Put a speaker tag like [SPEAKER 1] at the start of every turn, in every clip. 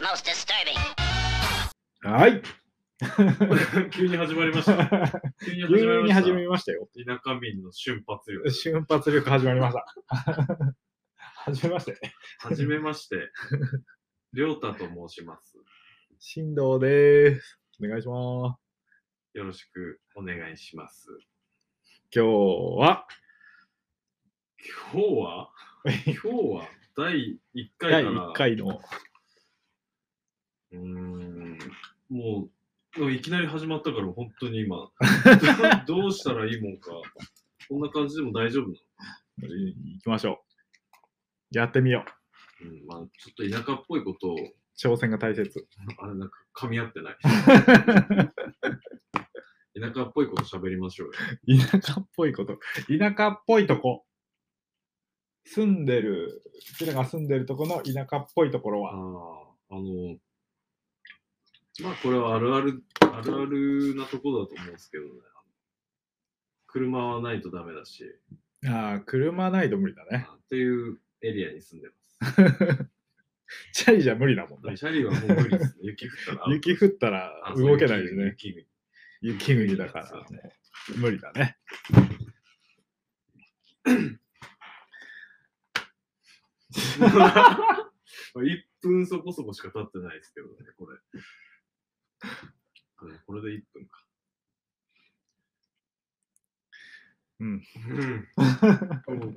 [SPEAKER 1] most disturbing.
[SPEAKER 2] はい。
[SPEAKER 3] 急に始まりました。急に始ま
[SPEAKER 2] 急
[SPEAKER 3] り
[SPEAKER 2] に
[SPEAKER 3] ま
[SPEAKER 2] 始
[SPEAKER 3] し
[SPEAKER 2] めましたよ。
[SPEAKER 3] た。田舎民の瞬発よ。
[SPEAKER 2] 瞬発力始まりました。 始めまして。
[SPEAKER 3] はじめま して。りょうたと申します。
[SPEAKER 2] 振動でーす。お願いします。
[SPEAKER 3] よろしくお願いします。
[SPEAKER 2] 今日は、
[SPEAKER 3] 今日は今日は第1回
[SPEAKER 2] 第
[SPEAKER 3] から
[SPEAKER 2] 1回の、
[SPEAKER 3] うーん。もう、いきなり始まったから本当に 今、どうしたらいいもんか。こんな感じでも大丈夫なの
[SPEAKER 2] 行きましょう。やってみよう。
[SPEAKER 3] うん、まあちょっと田舎っぽいことを、
[SPEAKER 2] 挑戦が大 切。
[SPEAKER 3] あれなんか噛み合って ない。田舎っぽいこと喋りましょうよ。
[SPEAKER 2] 田舎っぽいこと。田舎っぽいとこ。住んでる、うちらが住んでるとこの田舎っぽいところ
[SPEAKER 3] ああ
[SPEAKER 2] は、、
[SPEAKER 3] あの、まあこれはあるある、あるあるなとこだと思うんですけどね。車はないとダメだし、
[SPEAKER 2] ああ、車ないと無理だね。
[SPEAKER 3] あっていうエリアに住んでます。
[SPEAKER 2] チャリじゃ無理だもんね。
[SPEAKER 3] シャリはもう無理ですね。雪降ったら。
[SPEAKER 2] 雪降ったら
[SPEAKER 3] あそう
[SPEAKER 2] 動けないしね。
[SPEAKER 3] 雪雪
[SPEAKER 2] 雪国だからね。無理だね。
[SPEAKER 3] 1分そこそこしか経ってないですけどね、これ。うんこれで1分か。
[SPEAKER 2] うん。
[SPEAKER 3] うん。こ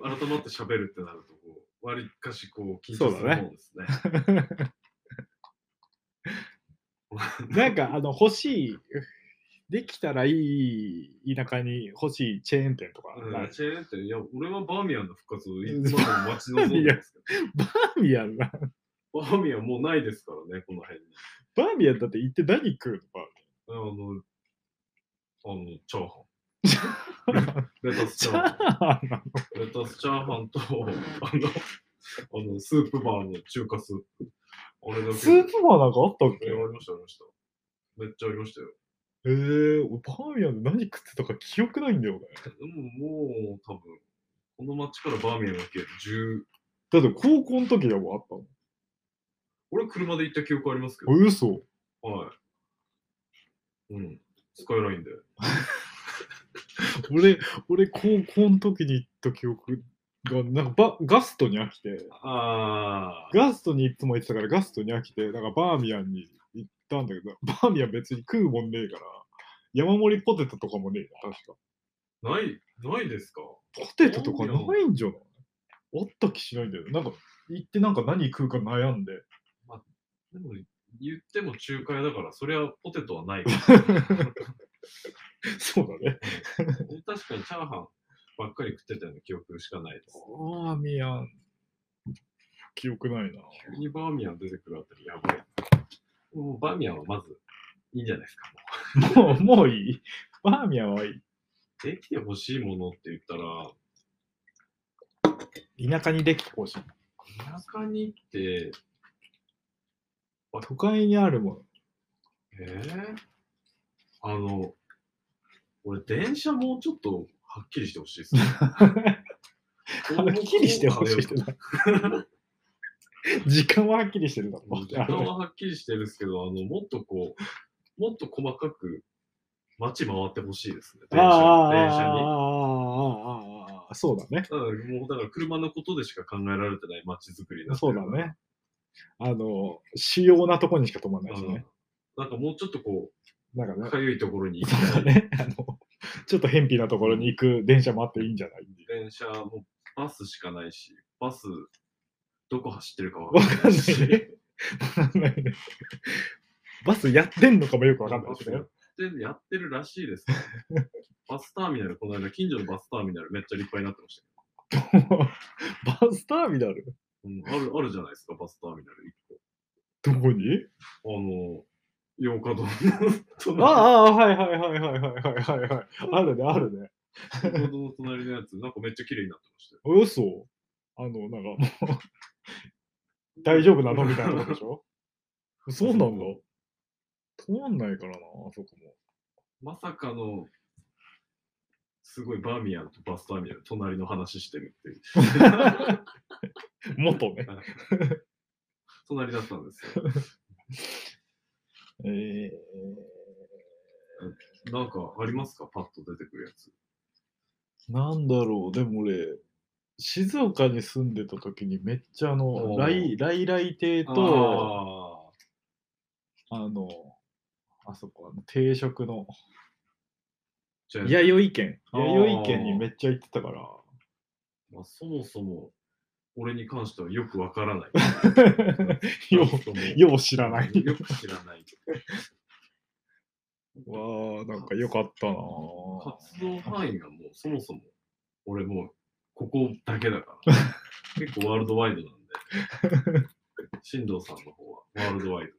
[SPEAKER 3] う改まって喋るってなると、こう、割かしこう、緊
[SPEAKER 2] そ
[SPEAKER 3] 張
[SPEAKER 2] う
[SPEAKER 3] す
[SPEAKER 2] だ
[SPEAKER 3] る
[SPEAKER 2] ね
[SPEAKER 3] もんですね。
[SPEAKER 2] なんか、あの、欲しい、できたらいい田舎に欲しいチェーン店とか、
[SPEAKER 3] うん
[SPEAKER 2] ない
[SPEAKER 3] チェーン店、いや、俺はバーミヤンの復活を今も待ち望んでますけ
[SPEAKER 2] バーミヤンな。
[SPEAKER 3] ど、バーミヤンもうないですからね、この辺に。
[SPEAKER 2] バーミヤンだって行って何食うのバ
[SPEAKER 3] あの、あの、チャーハ
[SPEAKER 2] ーミヤン。
[SPEAKER 3] ン。レタスチ
[SPEAKER 2] チャ
[SPEAKER 3] ャーハン。
[SPEAKER 2] ーハ ンなの
[SPEAKER 3] レタスチャーハンと、あの、あのスープバーの中華スープ。あれだけ。
[SPEAKER 2] スープバーなんかあったっけ
[SPEAKER 3] えありました、ありました。めっちゃありましたよ。
[SPEAKER 2] えー、俺バーミヤンで何食ってたか記憶ないんだよね。
[SPEAKER 3] でももう、多分この町からバーミヤンが消える10、
[SPEAKER 2] だって高校の時でもあっ
[SPEAKER 3] 俺車で行った記憶ありますけ
[SPEAKER 2] た
[SPEAKER 3] ど
[SPEAKER 2] の。、嘘。
[SPEAKER 3] はい。うん、スカイラインで。
[SPEAKER 2] 俺、俺高校の時に行った記憶が、なんかバガストに飽きて。
[SPEAKER 3] あー。
[SPEAKER 2] ガストにいつも行ってたからガストに飽きて、なんかバーミヤンに行ったんだけど、バーミヤン別に食うもんねえから、山盛りポテトとかもねえな、確か。
[SPEAKER 3] ない、ないですか
[SPEAKER 2] ポテトとか
[SPEAKER 3] バーミヤン
[SPEAKER 2] ないんじゃないあった気しないんだよね。なんか、行ってなんか何食うか悩んで。
[SPEAKER 3] でも、言っても中華屋だから、そりゃポテトはない。確
[SPEAKER 2] そうだね。
[SPEAKER 3] かにチャーハンばっかり食ってたような記憶しかないです。
[SPEAKER 2] バーミヤン、記憶ないな。
[SPEAKER 3] 急にバーミヤン出てくるあたりやばい。もうバーミヤンはまず、いいんじゃないですか。
[SPEAKER 2] もう、もういい。バーミヤンはい
[SPEAKER 3] できてほしいものって言ったら、
[SPEAKER 2] い。田舎にできてほしい。
[SPEAKER 3] 田舎にって、
[SPEAKER 2] 都会にあるも
[SPEAKER 3] えー、あの、俺、電車もうちょっとはっきりしてほしい ですね。
[SPEAKER 2] の。はっきりしてほ しいってな。時間ははっきりしてるだろ
[SPEAKER 3] もう時間ははっきりしてるんですけど、あの、もっとこう、もっと細かく街回ってほしいですね。電車電車に。
[SPEAKER 2] ああああああああああそうだね。
[SPEAKER 3] ただもうだから車のことでしか考えられてない街づくりになって
[SPEAKER 2] そう
[SPEAKER 3] る
[SPEAKER 2] だね。あの、主要なとこにしか止まらないし
[SPEAKER 3] うん
[SPEAKER 2] ね。
[SPEAKER 3] なんかもうちょっとこ
[SPEAKER 2] なん
[SPEAKER 3] う、
[SPEAKER 2] か
[SPEAKER 3] か
[SPEAKER 2] ね、
[SPEAKER 3] ゆいところに行き
[SPEAKER 2] そう
[SPEAKER 3] た
[SPEAKER 2] だ
[SPEAKER 3] い。
[SPEAKER 2] ね。あの、ちょっと偏僻なところに行く電車もあっていいんじゃない
[SPEAKER 3] 電車もバスしかないし、バス、どこ走ってるかわ
[SPEAKER 2] わ
[SPEAKER 3] かん
[SPEAKER 2] かな
[SPEAKER 3] なんい
[SPEAKER 2] い
[SPEAKER 3] し。
[SPEAKER 2] ね。わかんないね。バスやってんのかもよくわかんないし
[SPEAKER 3] や
[SPEAKER 2] ね
[SPEAKER 3] っ。てやってるらしいですね。バスターミナル、この間、近所のバスターミナルめっちゃ立派になってましたよ。
[SPEAKER 2] バスターミナル
[SPEAKER 3] うん、あるあるじゃないですか、バスターミナル一個。
[SPEAKER 2] どこに
[SPEAKER 3] あの、洋華堂の
[SPEAKER 2] あ
[SPEAKER 3] 隣、
[SPEAKER 2] あ、はいはいはいはいはいはいはいはい。あるね、あるね。
[SPEAKER 3] 洋華堂の隣のやつ、なんかめっちゃ綺麗になってましたよ。
[SPEAKER 2] 嘘。あの、なんかもう、大丈夫なのみたいなことでしょそうなんだ。通んないからな、あそこも。
[SPEAKER 3] まさかの、すごいバーミヤンとバスターミナル、隣の話してる っていう。
[SPEAKER 2] 元ね。
[SPEAKER 3] 隣だったんですよ。
[SPEAKER 2] えー、
[SPEAKER 3] なんかありますかパッと出てくるやつ。
[SPEAKER 2] なんだろう、でも俺、静岡に住んでた時にめっちゃあの、
[SPEAKER 3] おー
[SPEAKER 2] ライライライ亭と、
[SPEAKER 3] あ
[SPEAKER 2] あの、あそこ、あの定食の、
[SPEAKER 3] ーじゃあ、
[SPEAKER 2] 弥生県、
[SPEAKER 3] あー
[SPEAKER 2] 弥生県にめっちゃ行ってたから、
[SPEAKER 3] まあ、そもそも、俺に関してはよくわからない。
[SPEAKER 2] よ
[SPEAKER 3] そもそも
[SPEAKER 2] う、よう知らない。
[SPEAKER 3] よく知らない。
[SPEAKER 2] わあ、なんか良かったなぁ
[SPEAKER 3] 活動範囲がもうそもそも、俺もうここだけ だから。結構ワールドワイドなんで。進藤さんの方はワールドワイド。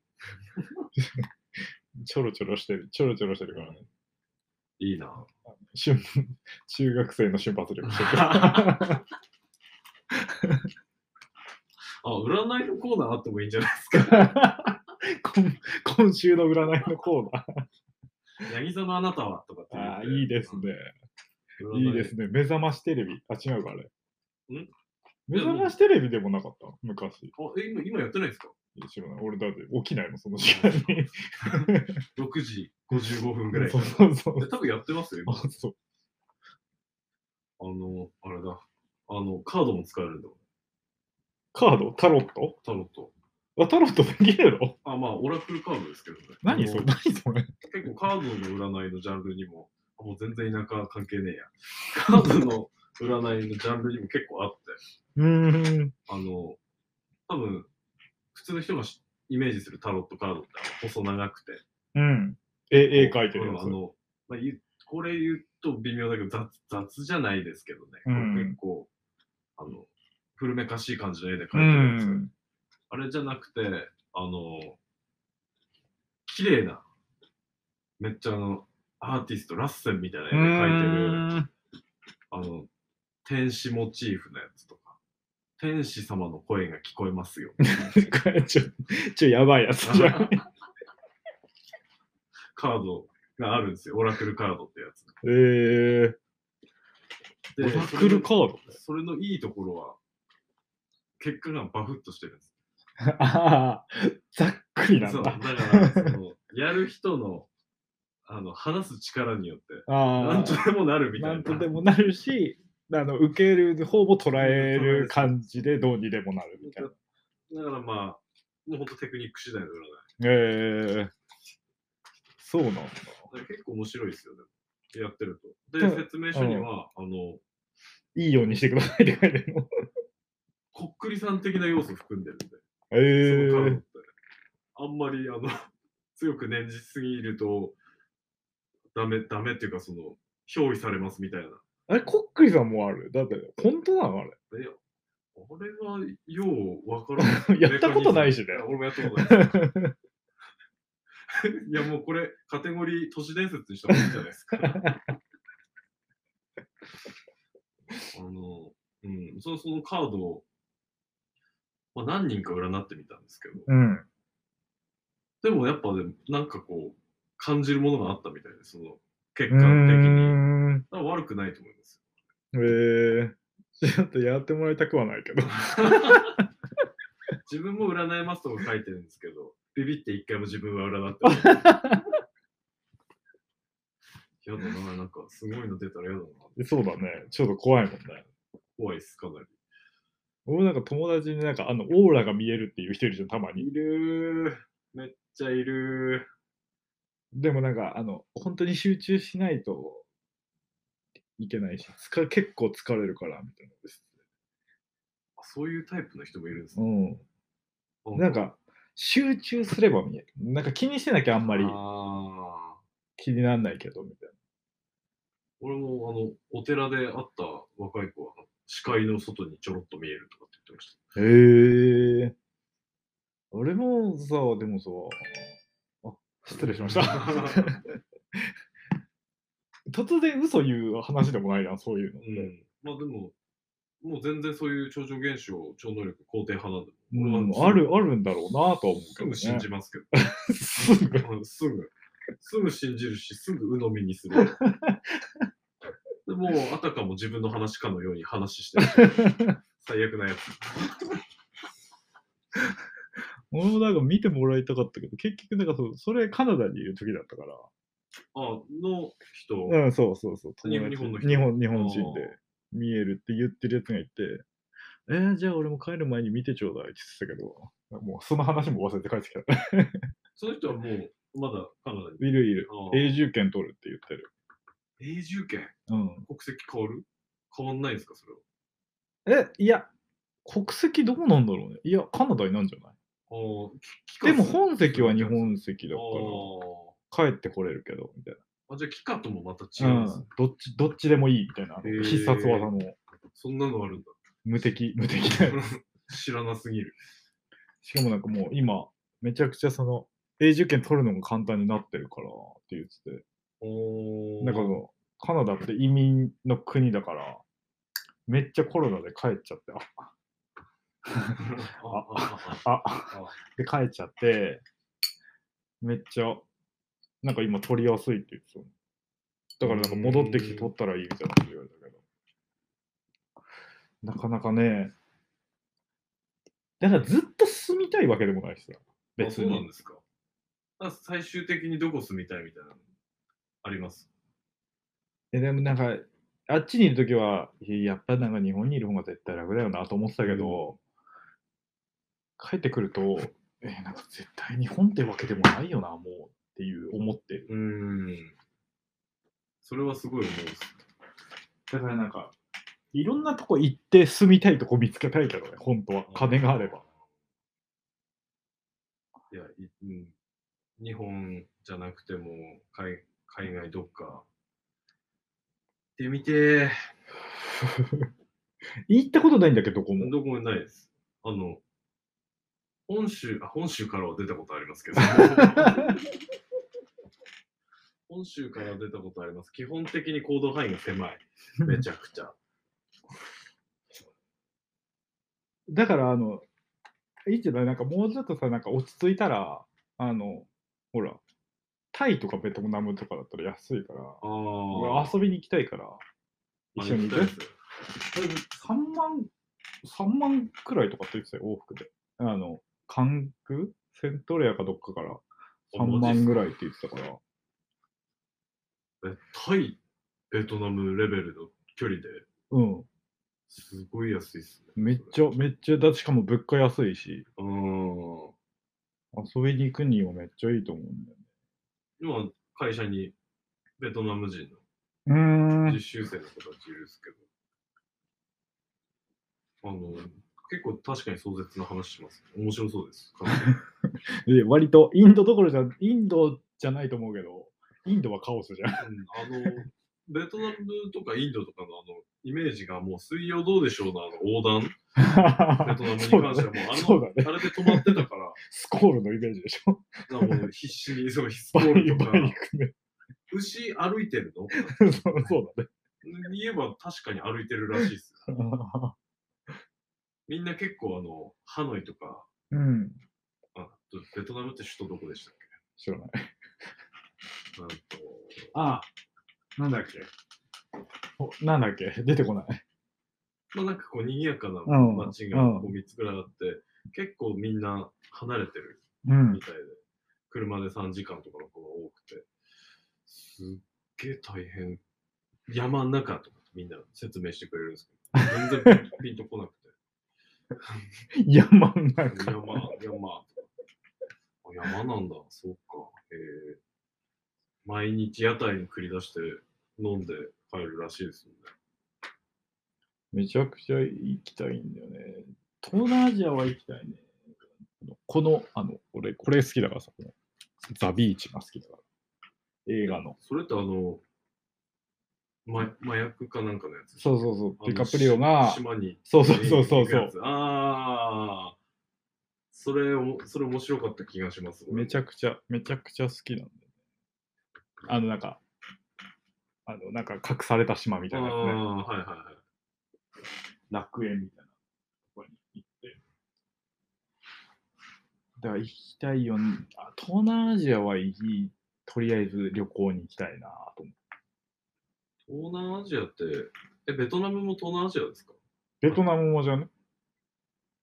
[SPEAKER 2] ちょろちょろしてる、ちょろちょろしてるからね。
[SPEAKER 3] い いな。
[SPEAKER 2] 瞬中学生の瞬発力してる。
[SPEAKER 3] あ、占いのコーナーあってもいいんじゃないですか。
[SPEAKER 2] 今今週の占いのコーナー。
[SPEAKER 3] ヤギ座のあなたはとかって言って
[SPEAKER 2] ああ、いいですね。。
[SPEAKER 3] 占
[SPEAKER 2] いいですね。目覚ましテレビ。あ、違うか、あれ。
[SPEAKER 3] ん
[SPEAKER 2] 目覚ましテレビでもなかった昔。
[SPEAKER 3] あえ今、今やってないですか
[SPEAKER 2] 知らない。俺だって起きないの、その時間に。
[SPEAKER 3] ?6 時55分ぐらいか
[SPEAKER 2] そう
[SPEAKER 3] ら。
[SPEAKER 2] そうそう。
[SPEAKER 3] え多分やってますよ、今
[SPEAKER 2] あそう
[SPEAKER 3] あの、あれだ。あの、カードも使えるんだよ
[SPEAKER 2] カードタロット
[SPEAKER 3] タロット。
[SPEAKER 2] あタロットできるの
[SPEAKER 3] あ、まあ、オラクルカードですけどね。
[SPEAKER 2] 何それ
[SPEAKER 3] あの
[SPEAKER 2] 何それ
[SPEAKER 3] 結構カードの占いのジャンルにも、あもう全然田舎関係ねえや。カードの占いのジャンルにも結構あって、
[SPEAKER 2] うーん。
[SPEAKER 3] あの、多分、普通の人がしイメージするタロットカードってあの細長くて。
[SPEAKER 2] うん。絵、絵描いて
[SPEAKER 3] う
[SPEAKER 2] る
[SPEAKER 3] ん
[SPEAKER 2] やつ
[SPEAKER 3] あ。の、まあ、言うこれ言うと微妙だけど、雑雑じゃないですけどね。
[SPEAKER 2] うん
[SPEAKER 3] 結構、あの、古めかしい感じの絵で描いて
[SPEAKER 2] う
[SPEAKER 3] るやつ。
[SPEAKER 2] ん。
[SPEAKER 3] あれじゃなくて、あの、綺麗な、めっちゃあの、アーティスト、ラッセンみたいな絵で描いてる、
[SPEAKER 2] うーん
[SPEAKER 3] あの、天使モチーフのやつとか、天使様の声が聞こえますよ。
[SPEAKER 2] これ ちょ、ちょ、やばいやつじゃん。
[SPEAKER 3] カードがあるんですよ。オラクルカードってやつ。
[SPEAKER 2] えー、
[SPEAKER 3] で
[SPEAKER 2] オラクルカード
[SPEAKER 3] それのそれのいいところは、結果がバフッとしてるんです。
[SPEAKER 2] ああ、ざっくりなん
[SPEAKER 3] そう、
[SPEAKER 2] だ。
[SPEAKER 3] だから、その、やる人の、あの、話す力によって、な
[SPEAKER 2] あ
[SPEAKER 3] んと
[SPEAKER 2] あ、
[SPEAKER 3] でもなるみたい
[SPEAKER 2] な
[SPEAKER 3] な。
[SPEAKER 2] んとでもなるし、あの受ける方も捉える感じでどうにでもなるみたいな。
[SPEAKER 3] だからまあ、もうほんとテクニック次第の占い。
[SPEAKER 2] ええそうなんだ。
[SPEAKER 3] だから結構面白いですよね。やってると。
[SPEAKER 2] う
[SPEAKER 3] で、
[SPEAKER 2] ん
[SPEAKER 3] 説明書には、あの、
[SPEAKER 2] いいようにしてくださいって書いてるの。
[SPEAKER 3] こっくりさん的な要素含んでるんで、
[SPEAKER 2] え
[SPEAKER 3] その
[SPEAKER 2] え
[SPEAKER 3] カードって。あんまり、あの、強く念じすぎると、ダメ、ダメっていうか、その、憑依されますみたいな。
[SPEAKER 2] あれ、コックリさんもある。だって、本当なのあれ。
[SPEAKER 3] であれは、ようわからな い。
[SPEAKER 2] やったことないしね
[SPEAKER 3] いや俺もやったことないです。 いや、もうこれ、カテゴリー都市伝説にした方がいいんじゃな いですか。あの、うん、そのそのカードを、まあ、何人か占ってみたんですけど、
[SPEAKER 2] うん。
[SPEAKER 3] でもやっぱでもなんかこう、感じるものがあったみたいで、その、結
[SPEAKER 2] う
[SPEAKER 3] 果的に。
[SPEAKER 2] ーん。
[SPEAKER 3] だから悪くないと思います
[SPEAKER 2] ええちょっとやってもらいたくはないけど。
[SPEAKER 3] よ。自分も占いますとか書いてるんですけど、ビビって一回も自分は占ってない。 やだな、なんかすごいの出たらやだな。
[SPEAKER 2] そうだね。ちょっと怖いもんね。
[SPEAKER 3] 怖いっす、かなり。
[SPEAKER 2] 俺なんか友達になんかあのオーラが見えるっていう人いるじゃん、たまに。
[SPEAKER 3] いるー。めっちゃいる
[SPEAKER 2] でもなんかあの本当に集中しないといけないし疲れ結構疲れるからみたいなことです、
[SPEAKER 3] ー。あそういうタイプの人もいるんですね。
[SPEAKER 2] うなんか集中すれば見えるなんか気にしてなきゃあんまり
[SPEAKER 3] ああ。
[SPEAKER 2] 気にならないけどみたい
[SPEAKER 3] 俺も、あの、お寺で会った若い子は、視界の外にちょろっと見えるとかって言ってまし。
[SPEAKER 2] なへえ俺もさでもさあ失礼しました 突然嘘言う話でもないなそういうのったて、
[SPEAKER 3] うん。まあでも、もう全然そういう超常現象、超能力、肯定派なん
[SPEAKER 2] う
[SPEAKER 3] で、
[SPEAKER 2] ん
[SPEAKER 3] 俺は
[SPEAKER 2] あるあるんだろうなとは思う
[SPEAKER 3] す
[SPEAKER 2] けど、
[SPEAKER 3] ぐ
[SPEAKER 2] ね、
[SPEAKER 3] 信じますけど。
[SPEAKER 2] すぐ
[SPEAKER 3] うんすぐ。すぐ信じるし、すぐ鵜呑みにする。でもう、あたかも自分の話かのよう に話してる。最悪なやつ。
[SPEAKER 2] 俺もなんか見てもらいたかったけど、結局なんかそう、それカナダにいる時だったから。
[SPEAKER 3] あ、の人。
[SPEAKER 2] うん、そうそうそう。
[SPEAKER 3] 日
[SPEAKER 2] 友達
[SPEAKER 3] 本の人
[SPEAKER 2] 日本日本人
[SPEAKER 3] あ
[SPEAKER 2] で見えるって言ってるやつがいて、えー、じゃあ俺も帰る前に見てちょうだいって言ってたけど、もうその話も忘れて帰ってきた。
[SPEAKER 3] その人はもう、まだカナダに。
[SPEAKER 2] いるいる。
[SPEAKER 3] あ
[SPEAKER 2] 永住権取るって言ってる。
[SPEAKER 3] 永住権
[SPEAKER 2] うん。
[SPEAKER 3] 国籍変わる変わんないんですか、それは。
[SPEAKER 2] え、いや、国籍どうなんだろうね。いや、カナダになんじゃない
[SPEAKER 3] あーき
[SPEAKER 2] でも本籍は日本籍だ
[SPEAKER 3] だ
[SPEAKER 2] から、帰ってこれるけど、みたい
[SPEAKER 3] あーあ、じゃあ、キカともまた違
[SPEAKER 2] な。
[SPEAKER 3] うん
[SPEAKER 2] う
[SPEAKER 3] ですね
[SPEAKER 2] ん。どっち、どっちでもいいみたいな。あ
[SPEAKER 3] へー
[SPEAKER 2] の必殺技の
[SPEAKER 3] そんなのあるんだ。
[SPEAKER 2] 無敵、無敵なやつ
[SPEAKER 3] 知らなすぎる。
[SPEAKER 2] しかもなんかもう今、めちゃくちゃその、永住権取るのが簡単になってるからって言ってて、
[SPEAKER 3] おー
[SPEAKER 2] なんかその、カナダって移民の国だから、めっちゃコロナで帰っちゃって、
[SPEAKER 3] あああ
[SPEAKER 2] あ、あ、
[SPEAKER 3] あ
[SPEAKER 2] で帰っちゃって、めっちゃ、なんか今取りやすいって言ってたの。だからなんか戻ってきて取ったらいいみたいなこと言われたけど。なかなかね、だからずっと住みたいわけでもないしさ、
[SPEAKER 3] ああ
[SPEAKER 2] 別
[SPEAKER 3] そうなん
[SPEAKER 2] に。
[SPEAKER 3] ですか。あ最終的にどこ住みたいみたいなのあります。
[SPEAKER 2] えでもなんか、あっちにいるときは、いややっぱなんか日本にいる方が絶対楽だよなと思ってたけど、帰ってくると、えーなんか絶対日本ってわけでもないよな、もうっていう思ってる。
[SPEAKER 3] うーん。それはすごい思うんです。
[SPEAKER 2] だからなんか、いろんなとこ行って住みたいとこ見つけたいけどね、本当は。金があれば。
[SPEAKER 3] いや、いうん、日本じゃなくても海海外どっか行ってみてー、
[SPEAKER 2] 行ったことないんだけど、どこも。
[SPEAKER 3] どこもないです。あの、本州、あ、本州からは出たことありますけど。本州からは出たことあります。基本的に行動範囲が狭い。めちゃくちゃ。
[SPEAKER 2] だから、あの、いいんじゃないなんかもうちょっとさ、なんか落ち着いたら、あの、ほら、タイとかベトナムとかだったら安いから、
[SPEAKER 3] あ
[SPEAKER 2] 俺
[SPEAKER 3] あ。
[SPEAKER 2] 遊びに行きたいから、一緒に行く。3万、三万くらいとかって言ってたよ、往復で。あの、関空セントレアかどっかから3万ぐらいって言ってたから。
[SPEAKER 3] え、タイ、ベトナムレベルの距離で
[SPEAKER 2] うん。
[SPEAKER 3] すごい安いっすね。
[SPEAKER 2] めっちゃ、めっちゃ、だしかも物価安いし、
[SPEAKER 3] ゃ。うん。
[SPEAKER 2] 遊びに行くにはめっちゃいいと思うんだよ
[SPEAKER 3] 今、会社にベトナム人の
[SPEAKER 2] ね。
[SPEAKER 3] 実習生の子たちいるんですけど、あの、結構確かに壮絶な話します。面白そうです。
[SPEAKER 2] で、割とインドどころじゃ、インドじゃないと思うけど、インドはカオスじゃん。
[SPEAKER 3] うんあの、ベトナムとかインドとかのあの、イメージがもう水曜どうでしょうのあの横断、ベトナムに
[SPEAKER 2] そうだ
[SPEAKER 3] 関して
[SPEAKER 2] ね
[SPEAKER 3] はもうあ
[SPEAKER 2] そう
[SPEAKER 3] の、
[SPEAKER 2] だね
[SPEAKER 3] あれで止まってたから、
[SPEAKER 2] スコールのイメージでしょ。
[SPEAKER 3] だからもう必死に、そう、ヒスコ
[SPEAKER 2] バ
[SPEAKER 3] ー
[SPEAKER 2] イ
[SPEAKER 3] ル
[SPEAKER 2] ク、
[SPEAKER 3] と
[SPEAKER 2] バ、
[SPEAKER 3] か
[SPEAKER 2] イクね。
[SPEAKER 3] 牛歩いてるの
[SPEAKER 2] そうそうだね。
[SPEAKER 3] 言えば確かに歩いてるらしいです。みんな結構あの、ハノイとか、
[SPEAKER 2] うん。
[SPEAKER 3] あベトナムって首都どこでしたっ
[SPEAKER 2] 知らない。
[SPEAKER 3] けなんと、
[SPEAKER 2] ああ、なんだっけ。おなんだっけ 出てこない。
[SPEAKER 3] まあなんかこう賑やかな
[SPEAKER 2] うん
[SPEAKER 3] 街がこう3つぐらいあって、結構みんな離れてる
[SPEAKER 2] うん
[SPEAKER 3] み。たいで、車で3時間とかの子が多くて、すっげえ大変。山の中とかみんな説明してくれるんですけど、全然ピンとピンとこなくて。
[SPEAKER 2] 山の中。
[SPEAKER 3] 山、山。あ山なんだ、そうか。えー、毎日屋台に繰り出して飲んで帰るらしいですよね。
[SPEAKER 2] めちゃくちゃ行きたいんだよね。東南アジアは行きたいね。この、あの、俺、これ好きだからさ、このザ・ビーチが好きだから。映画の。
[SPEAKER 3] それってあの、ま、麻薬かなんかのやつ
[SPEAKER 2] そうそうそう、
[SPEAKER 3] あの
[SPEAKER 2] ディカプリオが
[SPEAKER 3] し、島に
[SPEAKER 2] そうそうそうそうそ
[SPEAKER 3] 行くやつああ、それお、それ面白かった気がします。
[SPEAKER 2] う、めち
[SPEAKER 3] ゃ
[SPEAKER 2] ゃくちゃ、めちゃくちゃ好きなんだよね。あの、なんか、あの、なんか隠された島み
[SPEAKER 3] あ
[SPEAKER 2] た
[SPEAKER 3] あ
[SPEAKER 2] いなやつね。
[SPEAKER 3] ー、はいはいはい。
[SPEAKER 2] 楽園みたいなところに行って。だから行きたいよね。あ東南アジアはいい、とりあえず旅行に行きたいなと思って。
[SPEAKER 3] 東南アジアって、え、ベトナムも東南アジアですか
[SPEAKER 2] ベトナムもじゃね。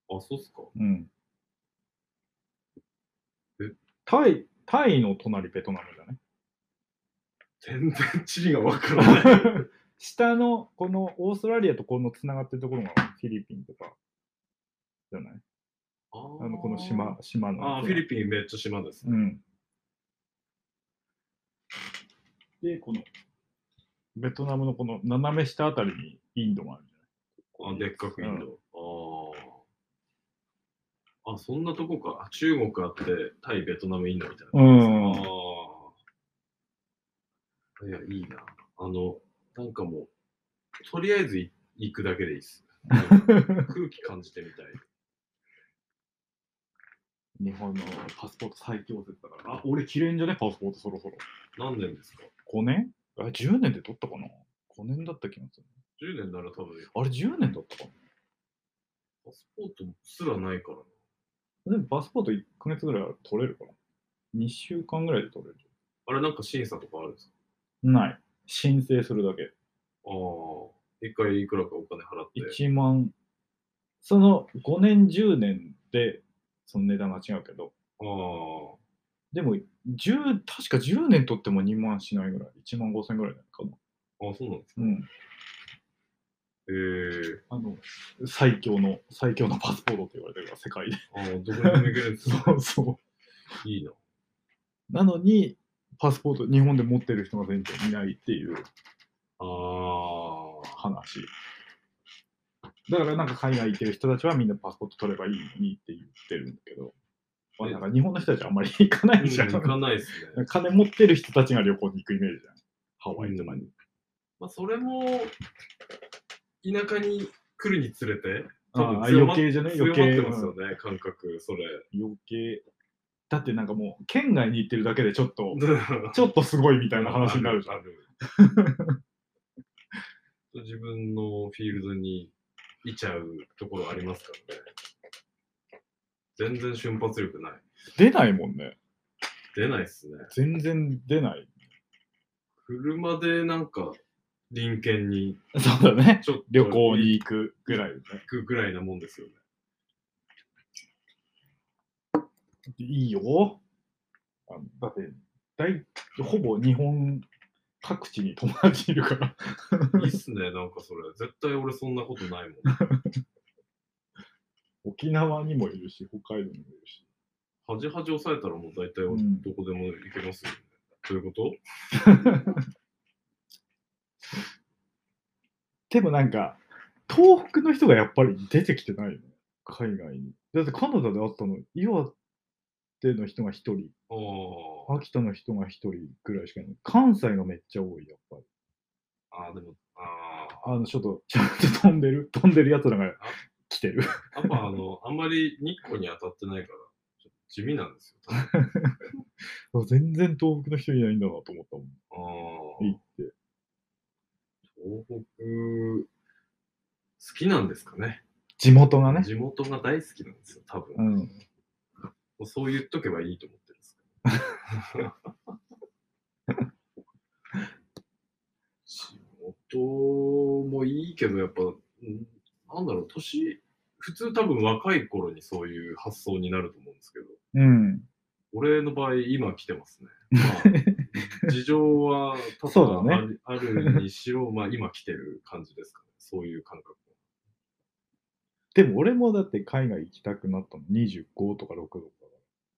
[SPEAKER 3] あ、そうっすか。
[SPEAKER 2] うん。タイ、タイの隣ベトナムじゃない
[SPEAKER 3] 全然地理がわから ない。
[SPEAKER 2] 下のこのオーストラリアとこのつながってるところがフィリピンとかじゃない
[SPEAKER 3] あ
[SPEAKER 2] あのこの
[SPEAKER 3] ー
[SPEAKER 2] 島。島の
[SPEAKER 3] あー、フィリピンめっちゃ島ですね。
[SPEAKER 2] うんでこのベトナムのこの斜め下あたりにインドがあるじゃない
[SPEAKER 3] あ、でっかくインド。あーあ、そんなとこか。あ中国あって、タイ、ベトナム、インドみたいな。
[SPEAKER 2] うん
[SPEAKER 3] ああ。いや、いいな。あの、なんかもう、とりあえずい行くだけでいいっす。なんか空気感じてみたい。
[SPEAKER 2] 日本のパスポート最強説だからあ俺切れんじゃねパスポートそろそろ
[SPEAKER 3] 何年ですか
[SPEAKER 2] 5年あ10年で取ったかな5年だった気がする
[SPEAKER 3] ?10 年なら多分、
[SPEAKER 2] あれ10年だったか
[SPEAKER 3] パスポートすらないからな。
[SPEAKER 2] なでもパスポート1ヶ月ぐらいは取れるかな2週間ぐらいで取れる
[SPEAKER 3] あれなんか審査とかあるんですか
[SPEAKER 2] ない申請するだけ
[SPEAKER 3] ああ。一回いくらかお金払って。
[SPEAKER 2] 1万、その5年、10年で、その値段が違うけど、
[SPEAKER 3] ああ。
[SPEAKER 2] でも、10確か10年取っても2万しないぐらい、1万5千ぐらいかな。
[SPEAKER 3] あ、そうなんですか。
[SPEAKER 2] うん。
[SPEAKER 3] へえ
[SPEAKER 2] あの、最強の、最強のパスポートって言われてるから、世界で。
[SPEAKER 3] ああ、どこにでも行けるんですね
[SPEAKER 2] そ
[SPEAKER 3] いいな。
[SPEAKER 2] う。なのに、パスポート、日本で持ってる人が全然いないっていう
[SPEAKER 3] ああ。
[SPEAKER 2] 話。だからなんか海外行ってる人たちはみんなパスポート取ればいいのにって言ってるんだけど、まあ、なんか日本の人たちはあんまり行かないじゃん。
[SPEAKER 3] 行かないですね。
[SPEAKER 2] 金持ってる人たちが旅行に行くイメージじゃん。ハワイとかに。
[SPEAKER 3] まあ、それも、田舎に来るにつれて、多分
[SPEAKER 2] ああ
[SPEAKER 3] 強ま
[SPEAKER 2] 余計じゃない余計
[SPEAKER 3] 強まってますよね、感覚、それ。
[SPEAKER 2] 余計。だってなんかもう、県外に行ってるだけでちょっと、
[SPEAKER 3] み
[SPEAKER 2] ちょっとすごいみたいな話になるじゃん。
[SPEAKER 3] 自分のフィールドにいちゃうところありますからね。全然瞬発力ない。
[SPEAKER 2] 出ないもんね。
[SPEAKER 3] 出ないっすね。
[SPEAKER 2] 全然出ない。
[SPEAKER 3] 車でなんか、隣県に
[SPEAKER 2] そうだね。
[SPEAKER 3] ちょっと
[SPEAKER 2] 旅行に行くぐらいだね。
[SPEAKER 3] 行くぐらいなもんですよね。
[SPEAKER 2] いいよ。あのだって、大、ほぼ日本各地に友達いるから。
[SPEAKER 3] いいっすね、なんかそれ。絶対俺そんなことないもん。
[SPEAKER 2] 沖縄にもいるし、北海道にもいるし。
[SPEAKER 3] 端端押さえたらもう大体
[SPEAKER 2] うん
[SPEAKER 3] どこでも行けますよね。どういうこと
[SPEAKER 2] でもなんか、東北の人がやっぱり出てきてないよね。海外に。だってカナダであったの、岩手の人が1人、
[SPEAKER 3] あ
[SPEAKER 2] 秋田の人が1人ぐらいしかいない。関西がめっちゃ多い、やっぱり。
[SPEAKER 3] あ。ああ、でも、ああ。
[SPEAKER 2] あの、ちょっと、ちょっと飛んでる、 飛んでるやつらが来てる。
[SPEAKER 3] やっぱ あの、あんまり日光に当たってないから、ちょっと地味なんですよ。
[SPEAKER 2] 全然東北の人いないんだなと思ったもん。
[SPEAKER 3] ああ
[SPEAKER 2] 行って。
[SPEAKER 3] 東北、好きなんですかね。
[SPEAKER 2] 地元がね。
[SPEAKER 3] 地元が大好きなんですよ、多分。
[SPEAKER 2] う
[SPEAKER 3] も
[SPEAKER 2] ん。
[SPEAKER 3] うそう言っとけばいいと思ってるんです けど。地元もいいけど、やっぱ、うんなんだろう、年、普通多分若い頃にそういう発想になると思うんですけど。
[SPEAKER 2] うん。
[SPEAKER 3] 俺の場合、今来てますね。ま あ、事情は多々
[SPEAKER 2] そうだね
[SPEAKER 3] ありあるにしろ、まあ今来てる感じですかね。そういう感覚。
[SPEAKER 2] でも俺もだって海外行きたくなったの25とか6とか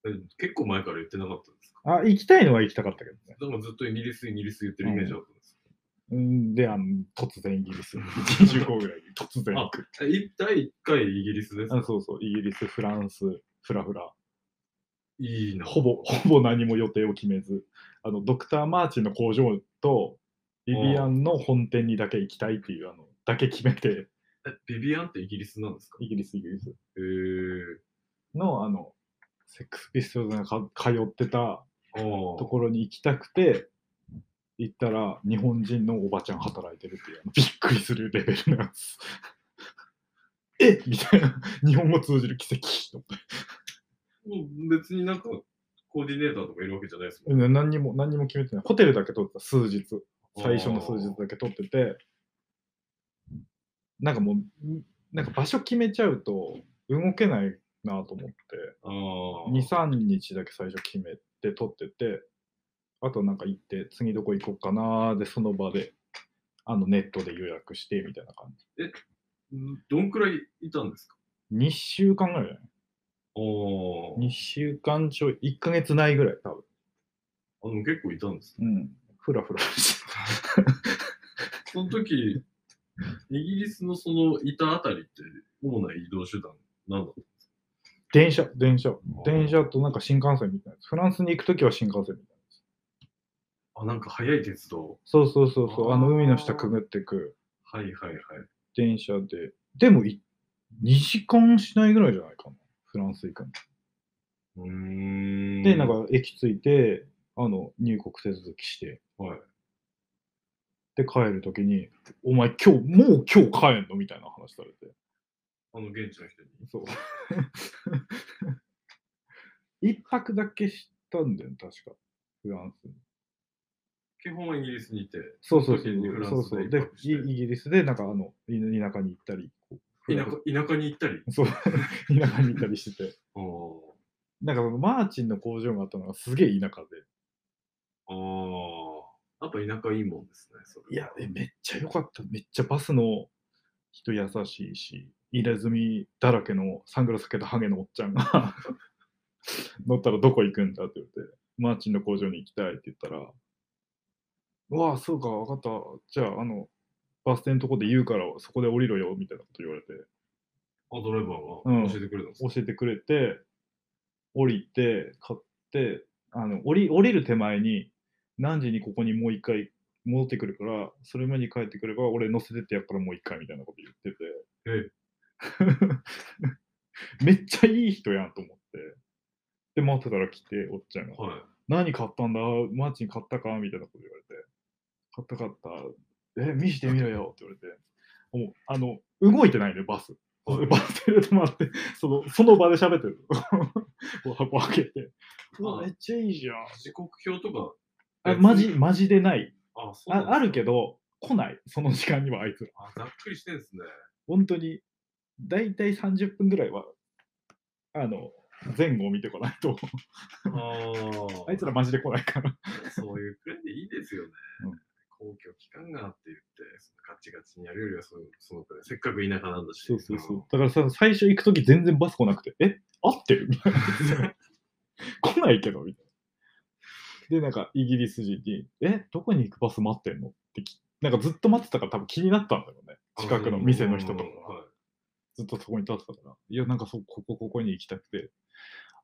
[SPEAKER 3] え結構前から言ってなかったんですか
[SPEAKER 2] だから。あ、行きたいのは行きたかったけどね。
[SPEAKER 3] なんかずっとイギリス、イギリス言ってるイメージだったんです
[SPEAKER 2] うん、で、あの、突然イギリスに、25ぐらいに突然行く。
[SPEAKER 3] けど、えい第1回イギリスですか
[SPEAKER 2] あそうそう、イギリス、フランス、フラフラ。
[SPEAKER 3] いいな。
[SPEAKER 2] ほぼ、 ほぼ何も予定を決めず、あの、ドクター・マーチンの工場と、ビビアンの本店にだけ行きたいっていう、あの、だけ決めて、
[SPEAKER 3] えビビアンってイギリスなんですかへ
[SPEAKER 2] イギリス、イギリス
[SPEAKER 3] えー。
[SPEAKER 2] の、あの、セックスピストルズがか通ってた
[SPEAKER 3] ああ。
[SPEAKER 2] ところに行きたくて、行ったら、日本人のおばちゃん働いてるっていう、あのびっくりするレベルのやつ。 えみたいな、日本語通じる奇跡と思って
[SPEAKER 3] もう別になんか、コーディネーターとかいるわけじゃないですもん。
[SPEAKER 2] うん何にも、何にも決めてない。ホテルだけ取った、数日。最初の数日だけ取ってて、なんかもう、んなんか場所決めちゃうと動けないなと思って、
[SPEAKER 3] ああ。
[SPEAKER 2] 2、3日だけ最初決めて撮ってて、あとなんか行って、次どこ行こうかなーで、その場で、あのネットで予約してみたいな感じ。
[SPEAKER 3] んどんくらいいたんですか
[SPEAKER 2] 2週間ぐらいじゃない
[SPEAKER 3] ああ。
[SPEAKER 2] ?2 週間ちょい、1ヶ月ないぐらい、多分。
[SPEAKER 3] あ、でも結構いたん ですね。
[SPEAKER 2] うん。ふらふらしてた。
[SPEAKER 3] その時、イギリスのそのいたあたりって、主な移動手段、なんだった
[SPEAKER 2] 電車、電車。電車となんか新幹線みたいなやつ。フランスに行くときは新幹線みたいなやつ。
[SPEAKER 3] あ、なんか早い鉄道。
[SPEAKER 2] そうそうそうそう。あの
[SPEAKER 3] あー
[SPEAKER 2] 海の下くぐってく
[SPEAKER 3] はいはいはい。
[SPEAKER 2] 電車で。でもい、2時間しないぐらいじゃないかな。フランス行くの。
[SPEAKER 3] うーん。
[SPEAKER 2] で、なんか駅着いて、あの、入国手続きして。
[SPEAKER 3] はい
[SPEAKER 2] で、帰るときに、お前今日、もう今日帰んのみたいな話されて。
[SPEAKER 3] あの現地の人に。
[SPEAKER 2] そう。一泊だけしたんだよね、確か。フランスに。
[SPEAKER 3] 基本はイギリスにいて、
[SPEAKER 2] そうそうそ
[SPEAKER 3] 時にフ
[SPEAKER 2] う。
[SPEAKER 3] ラン
[SPEAKER 2] そう
[SPEAKER 3] ス
[SPEAKER 2] そう
[SPEAKER 3] で一
[SPEAKER 2] で
[SPEAKER 3] 泊、し
[SPEAKER 2] イ
[SPEAKER 3] て
[SPEAKER 2] イギリスで、なんかあの、い田舎に行ったり。こう
[SPEAKER 3] 田舎田舎に行ったり。
[SPEAKER 2] そう、田舎に行ったりしてて。
[SPEAKER 3] あー
[SPEAKER 2] なんかそのマーチンの工場があったのがすげえ田舎で。
[SPEAKER 3] あー。やっぱ田舎いいもんですね、そ
[SPEAKER 2] い
[SPEAKER 3] れ。
[SPEAKER 2] や、えめっちゃ良かった。めっちゃバスの人優しいし、入れ墨だらけのサングラスかけたハゲのおっちゃんが 乗ったらどこ行くんだって言って、マーチンの工場に行きたいって言ったら、うわあ、そうか、わかった。じゃあ、あの、バス停のとこで言うからそこで降りろよみたいなこと言われて、
[SPEAKER 3] あ、ドライバ
[SPEAKER 2] う
[SPEAKER 3] ー
[SPEAKER 2] ん
[SPEAKER 3] が教えてくれたんですか、
[SPEAKER 2] 教えてくれて、降りて、買って、あの降り降りる手前に、何時にここにもう一回戻ってくるから、それまでに帰ってくれば、俺乗せてってやっからもう一回みたいなこと言ってて。 めっちゃいい人やんと思って。で、待ってたら来て、おっちゃんが。
[SPEAKER 3] はい。
[SPEAKER 2] 何買ったんだマーチン買ったかみたいなこと言われて。買った買った。え、見してみろよって言われて。もう、あの、動いてないね、バス。バ
[SPEAKER 3] はい
[SPEAKER 2] ス停で止まって、その、その場で喋ってる。 こう箱開けて。うわ、
[SPEAKER 3] あ
[SPEAKER 2] めっちゃいいじゃん。
[SPEAKER 3] 時刻表とか。
[SPEAKER 2] あ、マジ、マジでない。
[SPEAKER 3] あ、そうなん
[SPEAKER 2] あ
[SPEAKER 3] ですね
[SPEAKER 2] あるけど、来ない。その時間にはあいつら。
[SPEAKER 3] あ、ざっくりしてん ですね。
[SPEAKER 2] 本当に、だいたい30分ぐらいは、あの、前後を見てこないと、
[SPEAKER 3] あ
[SPEAKER 2] あいつ
[SPEAKER 3] ら。
[SPEAKER 2] らマジで来ないから。
[SPEAKER 3] そういうくらいでいいですよね
[SPEAKER 2] うん。
[SPEAKER 3] 公共機関があって言って、そのガチガチにやるよりはその、そのくらい。せっかく田舎なんだし。
[SPEAKER 2] そうそうそう。だからさ、最初行くとき全然バス来なくて、え合ってるみ たいな。来ないけど、みたいな。で、なんか、イギリス人に、えどこに行くバス待ってんのってき、なんかずっと待ってたから多分気になったんだろうね。
[SPEAKER 3] あ
[SPEAKER 2] 近くの店の人とか
[SPEAKER 3] うんうんうんはい
[SPEAKER 2] ずっとそこに立ってたから。いや、なんかそう、ここ、ここに行きたくて。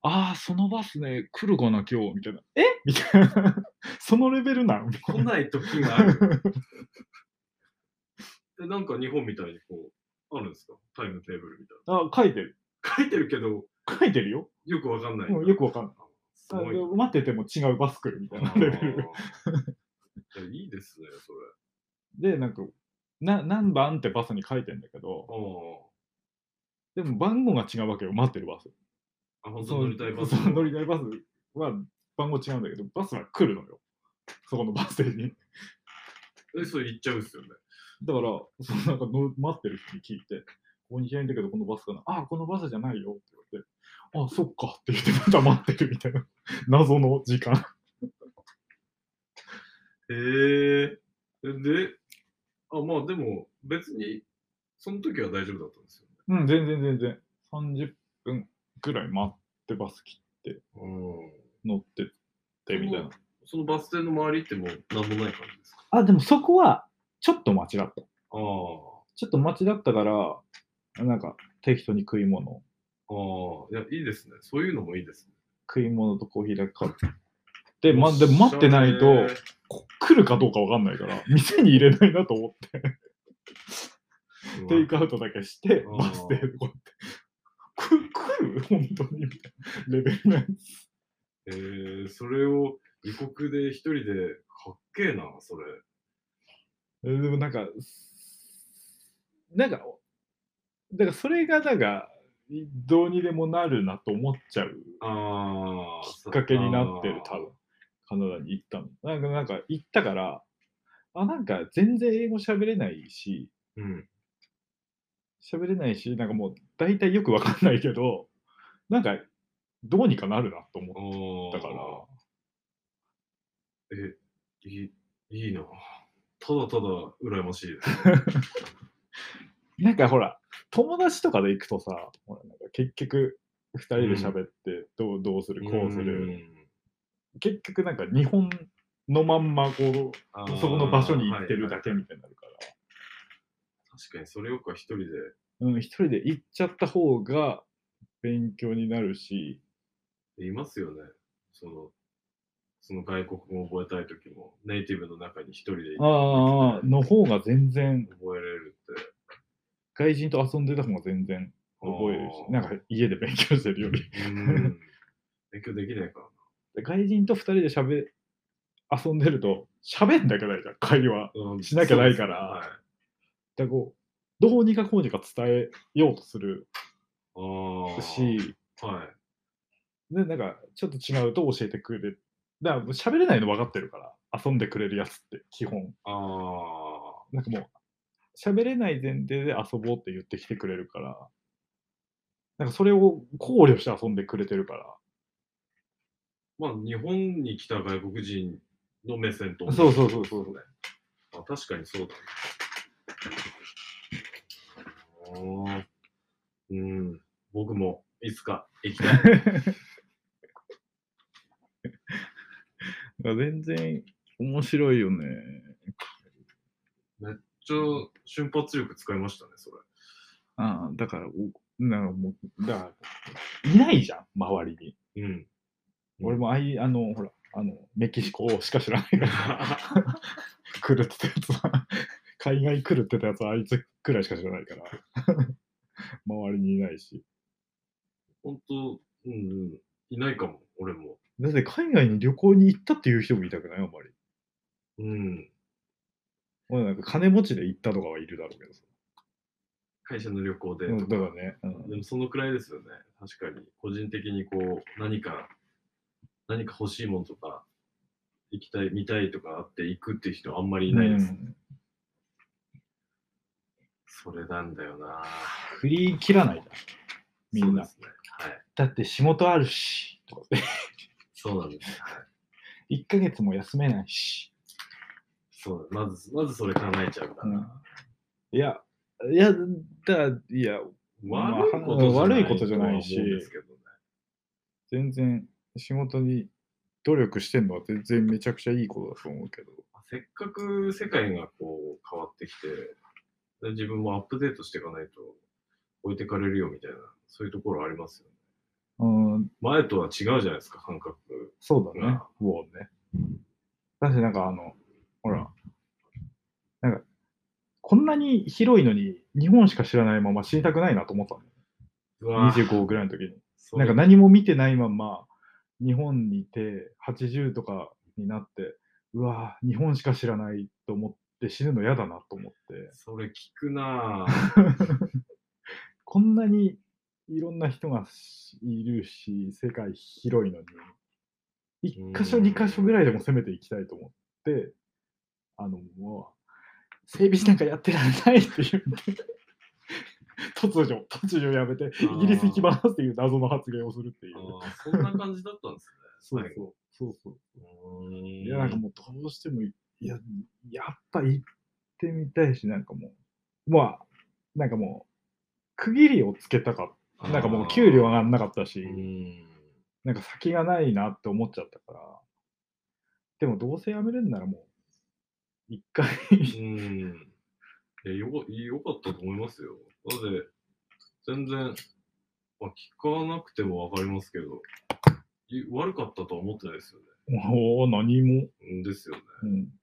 [SPEAKER 2] ああ、そのバスね、来るかな、今日、みたいな。えみたいな。 そのレベルなん
[SPEAKER 3] 来ない時がある。でなんか日本みたいにこう、あるんですかタイムテーブルみたい
[SPEAKER 2] あ書いてる。
[SPEAKER 3] な。書いてるけど、
[SPEAKER 2] 書いてるよ。
[SPEAKER 3] よくわかんない。
[SPEAKER 2] うんよくわかんない。
[SPEAKER 3] すごい。
[SPEAKER 2] あ待ってても違うバス来るみたいな
[SPEAKER 3] あ
[SPEAKER 2] レベル。
[SPEAKER 3] ーいやいいですね、それ。
[SPEAKER 2] で、なんか、な何番ってバスに書いてんだけど、
[SPEAKER 3] あ
[SPEAKER 2] でも番号が違うわけよ、待ってるバス。
[SPEAKER 3] あ。あ、本当に乗りたいバス。
[SPEAKER 2] そう乗りたいバスは番号違うんだけど、バスは来るのよ。そこのバス停に。
[SPEAKER 3] え、それ行っちゃうっすよね。
[SPEAKER 2] だから、そのなんかの待ってる人に聞いて、ここに行いんだけど、このバスかな。ああ、このバスじゃないよって言われて、あそっかって言って、また待ってるみたいな、謎の時間。
[SPEAKER 3] へえ。で、あ、まあでも、別に、その時は大丈夫だったんですよね。
[SPEAKER 2] うん、全然全然。30分ぐらい待って、バス来
[SPEAKER 3] うん。
[SPEAKER 2] 乗ってってみたいな。
[SPEAKER 3] そのバス停の周りってもう、なんもない感じですか
[SPEAKER 2] あ、でもそこは、ちょっと待ちだった。
[SPEAKER 3] ああ。
[SPEAKER 2] ちょっと街だったから、なんか適当に食い物、
[SPEAKER 3] ああ。いや、いいですね。そういうのもいいですね。
[SPEAKER 2] 食い物とコーヒーだけ買って、ま、でも待ってないと、
[SPEAKER 3] おしゃれ
[SPEAKER 2] こ来るかどうかわかんないから、店に入れないなと思って、テイクアウトだけして
[SPEAKER 3] う、ん
[SPEAKER 2] バス停でこうやって。く来る本当にみたいなレベルのやつ
[SPEAKER 3] えー、それを異国で一人でかっけえな、それ。
[SPEAKER 2] えでもなんか、なんか、だからそれが、なんか、どうにでもなるなと思っちゃう
[SPEAKER 3] ああ。
[SPEAKER 2] きっかけになってる、多分。カナダに行ったの。なんか、なんか行ったから、あ、なんか全然英語喋れないし、
[SPEAKER 3] 分。うん。
[SPEAKER 2] 喋れないし、なんかもう大体よくわかんないけど、なんかどうにかなるなと思
[SPEAKER 3] おー
[SPEAKER 2] ったから、
[SPEAKER 3] え、いい、いいな。ただただ羨ましいです。
[SPEAKER 2] なんかほら、友達とかで行くとさ、ほらなんか結局、二人で喋って、どう、どうする、 こうする。結局なんか日本のまんま、こう、
[SPEAKER 3] うん。
[SPEAKER 2] そこの場所に行ってる
[SPEAKER 3] あーはいは
[SPEAKER 2] だけみたいになるから。
[SPEAKER 3] い確かに、それよくは一人で。
[SPEAKER 2] うん、一人で行っちゃった方が勉強になるし、
[SPEAKER 3] いますよね。その、その外国語を覚えたい時も、ネイティブの中に一人で
[SPEAKER 2] ああ、の方が全然、
[SPEAKER 3] 覚えれるって。
[SPEAKER 2] 外人と遊んでた方が全然覚えるし、なんか家で勉強してるより。
[SPEAKER 3] うん勉強できないからな。
[SPEAKER 2] で外人と二人で喋、遊んでると、喋んなきゃないじゃん、会話。
[SPEAKER 3] うん
[SPEAKER 2] しなきゃないから
[SPEAKER 3] は
[SPEAKER 2] だ
[SPEAKER 3] い
[SPEAKER 2] からこう、どうにかこうにか伝えようとする
[SPEAKER 3] ああ。
[SPEAKER 2] し、
[SPEAKER 3] はい。
[SPEAKER 2] で、なんか、ちょっと違うと教えてくれる。だから、喋れないの分かってるから、遊んでくれるやつって、基本。
[SPEAKER 3] ああ。
[SPEAKER 2] なんかもう、喋れない前提で遊ぼうって言ってきてくれるから、なんかそれを考慮して遊んでくれてるから。
[SPEAKER 3] まあ、日本に来た外国人の目線と同じ
[SPEAKER 2] そうそうそうそう
[SPEAKER 3] あ確かにそうだね。ああ。うん。僕もいつか行きたい。
[SPEAKER 2] 全然面白いよね。
[SPEAKER 3] 一応、瞬発力使いましたね、それ。
[SPEAKER 2] ああ、だから、おなんかもう、だから、いないじゃん、周りに。
[SPEAKER 3] うん。
[SPEAKER 2] 俺もああいう、あの、ほら、あの、メキシコしか知らないから。 来るって言ったやつは、海外来るって言ったやつはあいつくらいしか知らないから、 周りにいないし。
[SPEAKER 3] 本当、うんうん。いないかも、俺も。
[SPEAKER 2] だって海外に旅行に行ったっていう人もいたくないあんまり。
[SPEAKER 3] うん。
[SPEAKER 2] まあなんか金持ちで行ったとかはいるだろうけどさ。
[SPEAKER 3] 会社の旅行で
[SPEAKER 2] うん
[SPEAKER 3] とか
[SPEAKER 2] だからね、うん
[SPEAKER 3] でもそのくらいですよね。確かに。個人的にこう、何か、何か欲しいものとか、行きたい、見たいとかあって行くって人あんまりいないです。
[SPEAKER 2] うん
[SPEAKER 3] それなんだよな
[SPEAKER 2] 振り切らないじゃん。みんな
[SPEAKER 3] そうですね。はい。
[SPEAKER 2] だって仕事あるし、とかって。
[SPEAKER 3] そうなんです。はい。
[SPEAKER 2] 1ヶ月も休めないし。
[SPEAKER 3] そうまず、まずそれ考えちゃうから。
[SPEAKER 2] いや、いや、だ、いや、
[SPEAKER 3] 悪いこと
[SPEAKER 2] まあ悪いことじゃないし
[SPEAKER 3] とは思うんですけどね
[SPEAKER 2] 全然仕事に努力してんのは全然めちゃくちゃいいことだと思うけど。
[SPEAKER 3] せっかく世界がこう変わってきて、で自分もアップデートしていかないと置いてかれるよみたいな、そういうところありますよね。
[SPEAKER 2] うん、
[SPEAKER 3] 前とは違うじゃないですか、感覚。
[SPEAKER 2] そうだ
[SPEAKER 3] う
[SPEAKER 2] ね
[SPEAKER 3] ん。
[SPEAKER 2] もうね。だし、なんかあの、ほら、なんか、こんなに広いのに、日本しか知らないまま死にたくないなと思った
[SPEAKER 3] う
[SPEAKER 2] の。
[SPEAKER 3] わぁ
[SPEAKER 2] 25ぐらいの時に。
[SPEAKER 3] そう
[SPEAKER 2] なんか何も見てないまま、日本にいて、80とかになって、うわぁ、日本しか知らないと思って死ぬの嫌だなと思って、
[SPEAKER 3] それ聞くなぁ。
[SPEAKER 2] こんなにいろんな人がいるし、世界広いのに、1箇所
[SPEAKER 3] うん
[SPEAKER 2] 2箇所ぐらいでも攻めていきたいと思って、あの、もう、整備士なんかやってられないって言って、 突如、突如やめて、イギリス行きますっていう謎の発言をするっていう。
[SPEAKER 3] あーそんな感じだったんです
[SPEAKER 2] そう
[SPEAKER 3] 最
[SPEAKER 2] そう、そうそう。
[SPEAKER 3] ね。うーん
[SPEAKER 2] いや、なんかもうどうしてもい、いや、やっぱ行ってみたいし、なんかもう、まあ、なんかもう、区切りをつけたかった。なんかもう給料上がんなかった
[SPEAKER 3] う
[SPEAKER 2] し、
[SPEAKER 3] ん。
[SPEAKER 2] なんか先がないなって思っちゃったから。でもどうせ辞めるんならもう、一回
[SPEAKER 3] うん。いやよか、よかったと思いますよ。だって、全然、まあ、聞かなくてもわかりますけど、い悪かったとは思ってないですよ
[SPEAKER 2] もう何も、
[SPEAKER 3] ね。うんですよね。
[SPEAKER 2] うん、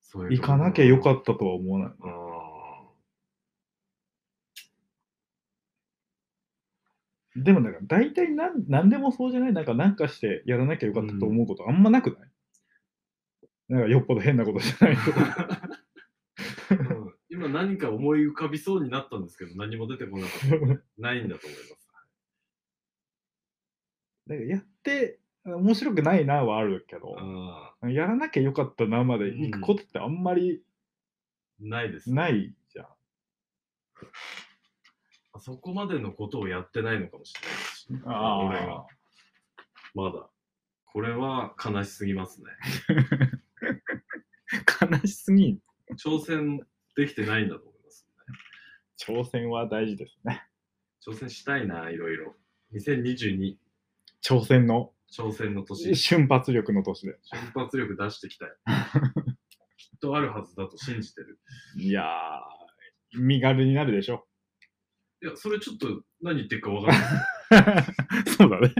[SPEAKER 3] そういう
[SPEAKER 2] 行かなきゃよか
[SPEAKER 3] っ
[SPEAKER 2] ったとは思わない。
[SPEAKER 3] た。あ
[SPEAKER 2] でもなんか大体なん何でもそうじゃないなんか何かしてやらなきゃよかったと思うことあんまなくない、なんかよっぽど変なことじゃないと
[SPEAKER 3] ーうん今何か思い浮かびそうになったんですけど、何も出てこなかったので。ないんだと思います。
[SPEAKER 2] なんかやって面白くないなはあるけど、
[SPEAKER 3] あ
[SPEAKER 2] やらなきゃよかったなまで行くことってあんまり
[SPEAKER 3] ーないです、
[SPEAKER 2] ないじゃん。
[SPEAKER 3] そこまでのことをやってないのかもしれないですし俺が。まだ。これは悲しすぎますね。
[SPEAKER 2] 悲しすぎん。
[SPEAKER 3] 挑戦できてないんだと思います、
[SPEAKER 2] 挑戦は大事ですね。
[SPEAKER 3] 挑戦したいな、いろいろ。2022、
[SPEAKER 2] 挑戦の
[SPEAKER 3] 挑戦の年、
[SPEAKER 2] 瞬発力の年で。
[SPEAKER 3] 瞬発力出していきたい。きっとあるはずだと信じてる。
[SPEAKER 2] いやー、身軽になるでしょ。
[SPEAKER 3] いや、それちょっと何言ってるかわかんない。
[SPEAKER 2] そうだね。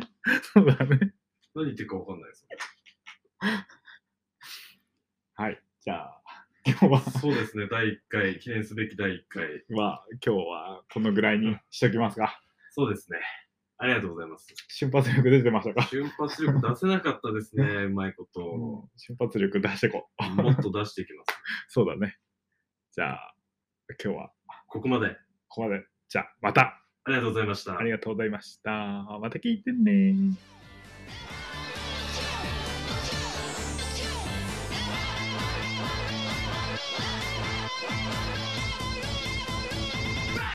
[SPEAKER 2] そうだね。
[SPEAKER 3] 何言ってるかわかんないです。
[SPEAKER 2] はい。じゃあ、今日は、
[SPEAKER 3] そうですね、第1回、記念すべき第1回。
[SPEAKER 2] まあ、今日はこのぐらいにしときますか。
[SPEAKER 3] そうですね。ありがとうございます。
[SPEAKER 2] 瞬発力出てましたか、
[SPEAKER 3] 瞬発力出せなかったですね、うまいこと。も
[SPEAKER 2] 瞬発力出してこう。
[SPEAKER 3] っと出していきます。
[SPEAKER 2] そうだね。じゃあ、今日は
[SPEAKER 3] ここまで。
[SPEAKER 2] ここまで。じゃあ、また
[SPEAKER 3] ありがとうございました
[SPEAKER 2] あ。りがとうございました。また聞いてね